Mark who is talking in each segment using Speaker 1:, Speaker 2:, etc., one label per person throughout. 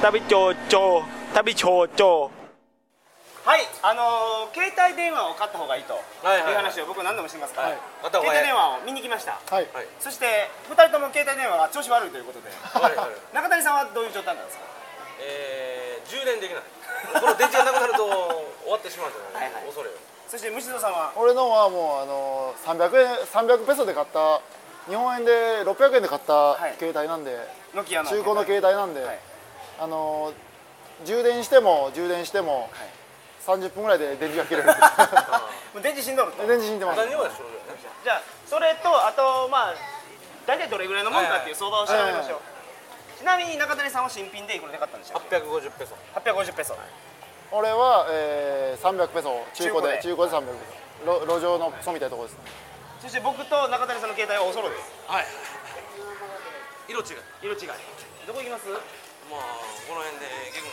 Speaker 1: 旅町長旅町長
Speaker 2: はいあのー携帯電話を買った方がいいという
Speaker 3: はいはい
Speaker 2: 話を僕何度もしてますから、
Speaker 3: はい買った方
Speaker 2: 携
Speaker 3: がいい
Speaker 2: 帯電話を見に来ました
Speaker 4: はい
Speaker 3: はい
Speaker 2: そして2人とも携帯電話が調子悪いということで
Speaker 3: はいはい
Speaker 2: 中谷さんはどういう状態なんですか
Speaker 3: えー、充電できないこの電池がなくなると終わってしまうじゃない
Speaker 2: はいはい
Speaker 3: 恐れを
Speaker 2: そして虫蔵さんは
Speaker 4: 俺のはもうあの300円300ペソで買った日本円で600円で買った
Speaker 2: い
Speaker 4: 携帯なんで、
Speaker 2: ノキアの
Speaker 4: 中古の携帯なんで、
Speaker 2: はい
Speaker 4: あの充電しても充電しても、30分ぐらいで電池が切れる
Speaker 2: もう電池死んどると
Speaker 4: 電池死んでます
Speaker 3: 何にもない症状やね
Speaker 2: じゃあそれとあとまあ大体どれぐらいのもんかっていう相場を調べましょう、ちなみに中谷さんは新品でいくらで買ったんでしょう
Speaker 3: 850ペソ
Speaker 2: 850ペソ、
Speaker 4: 俺は、えー、300ペソ中古で
Speaker 2: 中
Speaker 4: 中古で300ペソ路路上のクソみたいなところですね
Speaker 2: そして僕と中谷さんの携帯はおそろです
Speaker 3: はい色違い
Speaker 2: 色違いどこ行きます
Speaker 3: まあこの辺で結構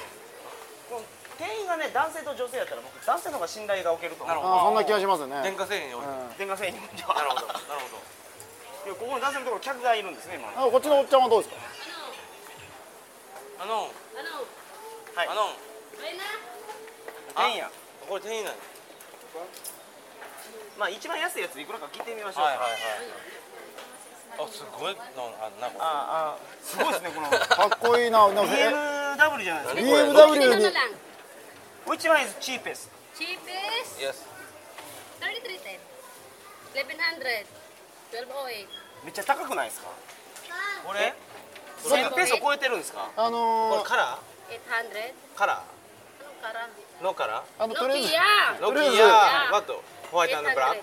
Speaker 2: この店員がね男性と女性やったら僕男性の方が信頼がおけると思う
Speaker 3: なるほ
Speaker 4: あーそんな気がしますね
Speaker 3: 電化製品に置いて
Speaker 4: うん
Speaker 2: 電化製品
Speaker 3: なるほどなるほ
Speaker 2: い
Speaker 3: ど
Speaker 2: やここの男性のところ客がいるんですね今
Speaker 4: あこっちのおっちゃんはどうですか
Speaker 3: あのん
Speaker 5: あ
Speaker 2: はい
Speaker 3: あのん
Speaker 5: の、れな。
Speaker 3: あ
Speaker 2: 店員や
Speaker 3: これ店員なんや
Speaker 2: まあ一番安いやついくらか聞いてみましょう
Speaker 3: はい
Speaker 2: か、
Speaker 3: はいはいあすごいなあんなこれ
Speaker 2: ああああすごいですねこの
Speaker 4: かっこいいななんかえ
Speaker 2: BMW じゃないですか
Speaker 4: BMW に
Speaker 5: ano lang.
Speaker 2: Which one is cheapest?
Speaker 5: Cheap is
Speaker 3: Yes
Speaker 5: 3310. 1100. 1208.
Speaker 2: めっちゃ高くないですか
Speaker 3: これ
Speaker 2: 1000ペースを超えてるんですか
Speaker 4: あ
Speaker 3: こ
Speaker 4: の
Speaker 3: れカラ
Speaker 5: 800.
Speaker 3: ーカラ
Speaker 5: Anong karang?
Speaker 3: ーのカラ
Speaker 4: ー、あのとりあえず
Speaker 5: Nokia.
Speaker 3: ーロ
Speaker 4: とりあえず
Speaker 3: キアワットホワイトアンドブラック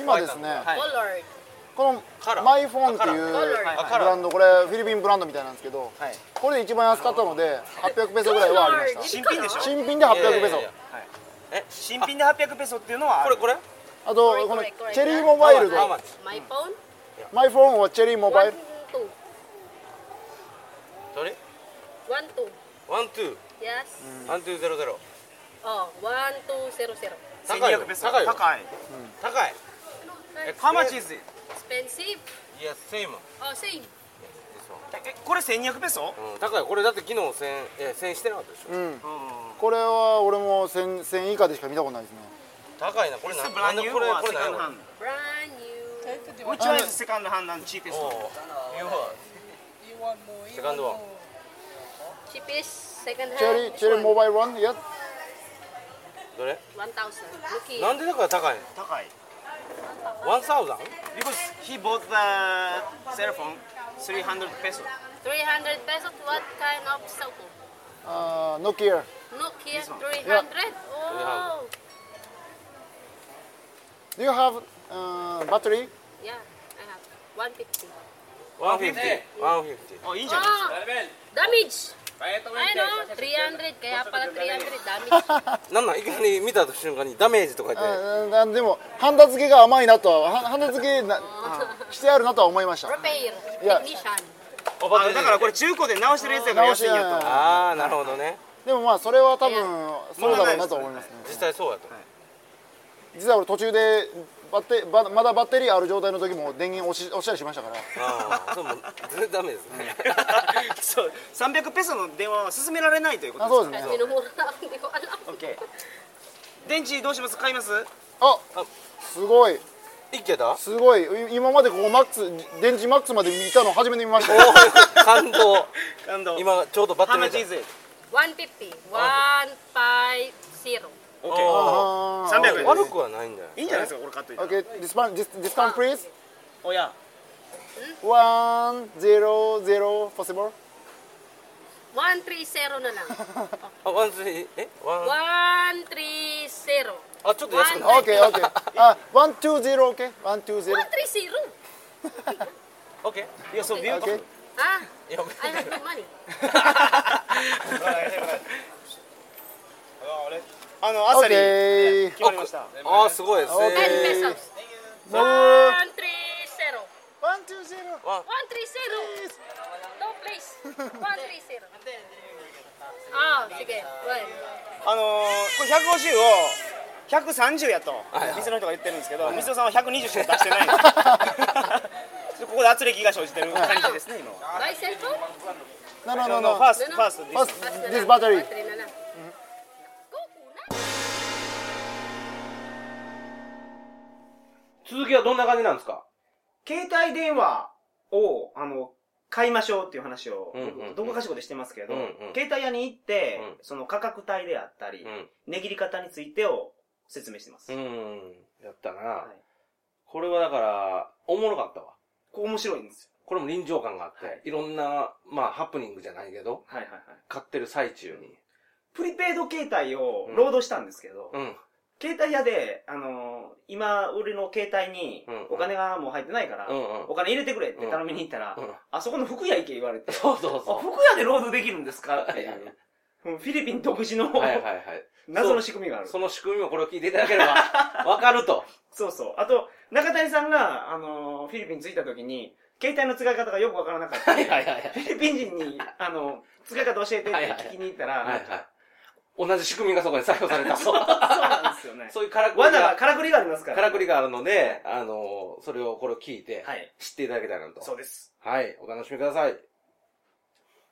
Speaker 4: 今ですね、
Speaker 2: はい
Speaker 5: Colored.
Speaker 4: こ
Speaker 3: カラ
Speaker 4: の
Speaker 3: ー
Speaker 4: マイフォンってい
Speaker 3: あ
Speaker 4: うブ
Speaker 5: カラーはい
Speaker 3: はい
Speaker 4: ランドこれフィリピンブランドみたいなんですけど
Speaker 2: はい
Speaker 4: これで一番安かったので800ペソぐらいはありまし
Speaker 2: 新品でしょ
Speaker 4: た新品で800
Speaker 3: い
Speaker 4: ペ
Speaker 3: やいや
Speaker 4: ソ
Speaker 3: いや
Speaker 2: 新品で800ペソっていうのは
Speaker 3: これこれ
Speaker 4: あとこのチェリーモバイルで
Speaker 3: How much?
Speaker 5: My phone?
Speaker 4: マイフォンはチェリーモバイ
Speaker 5: One,
Speaker 4: ル
Speaker 5: two.
Speaker 3: どれ
Speaker 5: One, two.
Speaker 3: ワントゥ
Speaker 5: Yes.
Speaker 3: ーワントゥーゼロゼロ
Speaker 5: Oh, one, two, zero, zero.
Speaker 3: 高いよ
Speaker 2: 1200ペソ
Speaker 3: 高いよ
Speaker 2: 高い
Speaker 3: 高い
Speaker 2: How much is it?
Speaker 5: Expensive.
Speaker 3: Yes same
Speaker 5: Oh, same.
Speaker 2: えこれ1200ペソ
Speaker 3: うん高いこれだって昨日1000え1000してなかったでしょ
Speaker 4: うんこれは俺も1000 1000以下でしか見たことないですね
Speaker 3: 高いなこれななんでこれこれなんやろ
Speaker 5: Brand new.
Speaker 2: Which one is second hand and cheapest?
Speaker 3: おお You want セカンドワン
Speaker 5: Cheapest second
Speaker 4: チェリ
Speaker 5: hand.
Speaker 4: ーチェリーモバイルワンいや
Speaker 3: どれ
Speaker 5: 1,000. Look
Speaker 3: な
Speaker 5: here.
Speaker 3: んでだから高い
Speaker 2: 高い
Speaker 3: のワンサウザン
Speaker 2: Because he bought the cell phone 300 peso
Speaker 5: 300 pesos. What kind of cell phone?
Speaker 4: あノキア
Speaker 5: Nokia
Speaker 2: This one.
Speaker 5: 300? Oh,
Speaker 4: Do you have、uh, battery?
Speaker 5: yeah. I have 150.
Speaker 3: ワンフィフティワンフィフティ
Speaker 2: あいいんじゃない
Speaker 5: Oh, damage! I know, 300. Kaya pala 300 damage.
Speaker 3: なんなんいきなり見た瞬間にダメージとか言って
Speaker 4: うんなんでもハンダ付けが甘いなとははハンダ付けなしてあるなとは思いました
Speaker 5: Repair.
Speaker 4: Yeah.
Speaker 5: Technician.
Speaker 2: あだからこれ中古で直してるやつやから
Speaker 4: 直
Speaker 2: 安
Speaker 4: し
Speaker 2: いん
Speaker 4: や
Speaker 2: やと
Speaker 3: ああなるほどね
Speaker 4: でもまあそれは多分そうだろうなと思いますね
Speaker 3: 実際そうやと
Speaker 4: 実は俺途中でバッテバまだバッテリーある状態の時も電源押し押したりしましたから
Speaker 3: ああそうもう全然ダメです ね
Speaker 2: そう300ペソの電話は勧められないというこ
Speaker 4: あ
Speaker 2: と
Speaker 4: そう
Speaker 2: で
Speaker 4: です
Speaker 5: Kasi
Speaker 4: ね
Speaker 5: minumura na ako, hindi ko alam.
Speaker 2: すか OK 電池どうします買います
Speaker 4: あすごい
Speaker 3: 一気やった
Speaker 4: すごいい今までここマックス電池マックスまで見たの初めて見ましたよ
Speaker 3: 感動
Speaker 2: 感動
Speaker 3: 今ちょうどバッテ
Speaker 2: ハ
Speaker 3: リ
Speaker 2: ム
Speaker 3: ー
Speaker 2: チ
Speaker 3: 出
Speaker 2: ーズ
Speaker 3: た
Speaker 5: 150. 150.
Speaker 3: おー
Speaker 4: あー
Speaker 2: 300円
Speaker 3: 悪くはないんだよ
Speaker 2: いいんじゃないですかこれ買っといたら
Speaker 4: Okay, this one, this, this one, please.
Speaker 2: おや
Speaker 4: One zero zero possible.
Speaker 5: 130 na lang.
Speaker 3: あワンツーえワン
Speaker 5: 130.
Speaker 3: あちょっと安くな
Speaker 5: One-
Speaker 4: Okay, okay. Ah, one two zero, okay. One two zero.
Speaker 5: 130?
Speaker 3: オッケ
Speaker 2: いやそうビュー
Speaker 4: Okay.
Speaker 5: Ah,
Speaker 3: ーいや
Speaker 5: I have no money.
Speaker 2: あの朝に
Speaker 4: Okay.
Speaker 2: 決まりました
Speaker 3: ああすごいです
Speaker 4: オッケ
Speaker 5: 10
Speaker 4: Okay.
Speaker 3: ね
Speaker 4: ー
Speaker 5: pesos.
Speaker 4: ー
Speaker 5: 130.
Speaker 4: One two zero.
Speaker 5: 130. No place. 130. Ah, sige. Well,
Speaker 2: あのーこれ150を130やと店の人が言ってるんですけど水戸さんは120しか出してない ここで圧力が生じてる感じですね今は
Speaker 5: buy cellphone?
Speaker 4: No, no, no,
Speaker 2: No,
Speaker 4: no.
Speaker 2: fast,
Speaker 5: no.
Speaker 2: fast. this
Speaker 4: First,
Speaker 5: Fast na
Speaker 4: this
Speaker 5: lang,
Speaker 4: battery.
Speaker 5: battery na lang. Kuku na.
Speaker 3: 続きはどんな感じなんですか
Speaker 2: 携帯電話を、あの、買いましょうっていう話を
Speaker 3: うんうんう、ん
Speaker 2: どこかしこでしてますけど
Speaker 3: うんうん、
Speaker 2: 携帯屋に行って
Speaker 3: うん、
Speaker 2: その価格帯であったり、
Speaker 3: う
Speaker 2: 値切り方についてを説明してます。
Speaker 3: ん。うん。やったな。
Speaker 2: はい
Speaker 3: これはだから、おもろかったわ。
Speaker 2: こう面白いんですよ。
Speaker 3: これも臨場感があって、
Speaker 2: はい
Speaker 3: い、ろんな、まあ、ハプニングじゃないけど、
Speaker 2: はいはいはい。
Speaker 3: 買ってる最中に。
Speaker 2: プリペイド携帯を
Speaker 3: うん
Speaker 2: ロードしたんですけど、
Speaker 3: うん。
Speaker 2: 携帯屋で、あのー今、俺の携帯に
Speaker 3: うん
Speaker 2: お金がもう入ってないから、
Speaker 3: うんうん
Speaker 2: お金入れてくれって頼みに行ったら、
Speaker 3: うん
Speaker 2: あそこの服屋行け言われて、あ、
Speaker 3: そうそうそ
Speaker 2: 服屋でロードできるんですかっていううんフィリピン独自の
Speaker 3: う。はいはいはい。
Speaker 2: 謎の仕組みがある。
Speaker 3: その仕組みもこれを聞いていただければ、わかると。
Speaker 2: そうそう。あと、中谷さんが、あのーフィリピン着いた時に、携帯の使い方がよくわからなかったん
Speaker 3: は
Speaker 2: で。
Speaker 3: いはいはいはい。
Speaker 2: フィリピン人に、あの、使い方教えてって
Speaker 3: はいはい
Speaker 2: 聞きに行ったら、
Speaker 3: はいはい。同じ仕組みがそこで採用された。 そう
Speaker 2: そうなんですよ ね。
Speaker 3: いうからくり
Speaker 2: 罠が、
Speaker 3: が、
Speaker 2: からくりがありますから。
Speaker 3: からくりがあるので、あの、それをこれを聞いて
Speaker 2: はい、
Speaker 3: 知っていただけたらなと。
Speaker 2: そうです。
Speaker 3: はい、お楽しみください。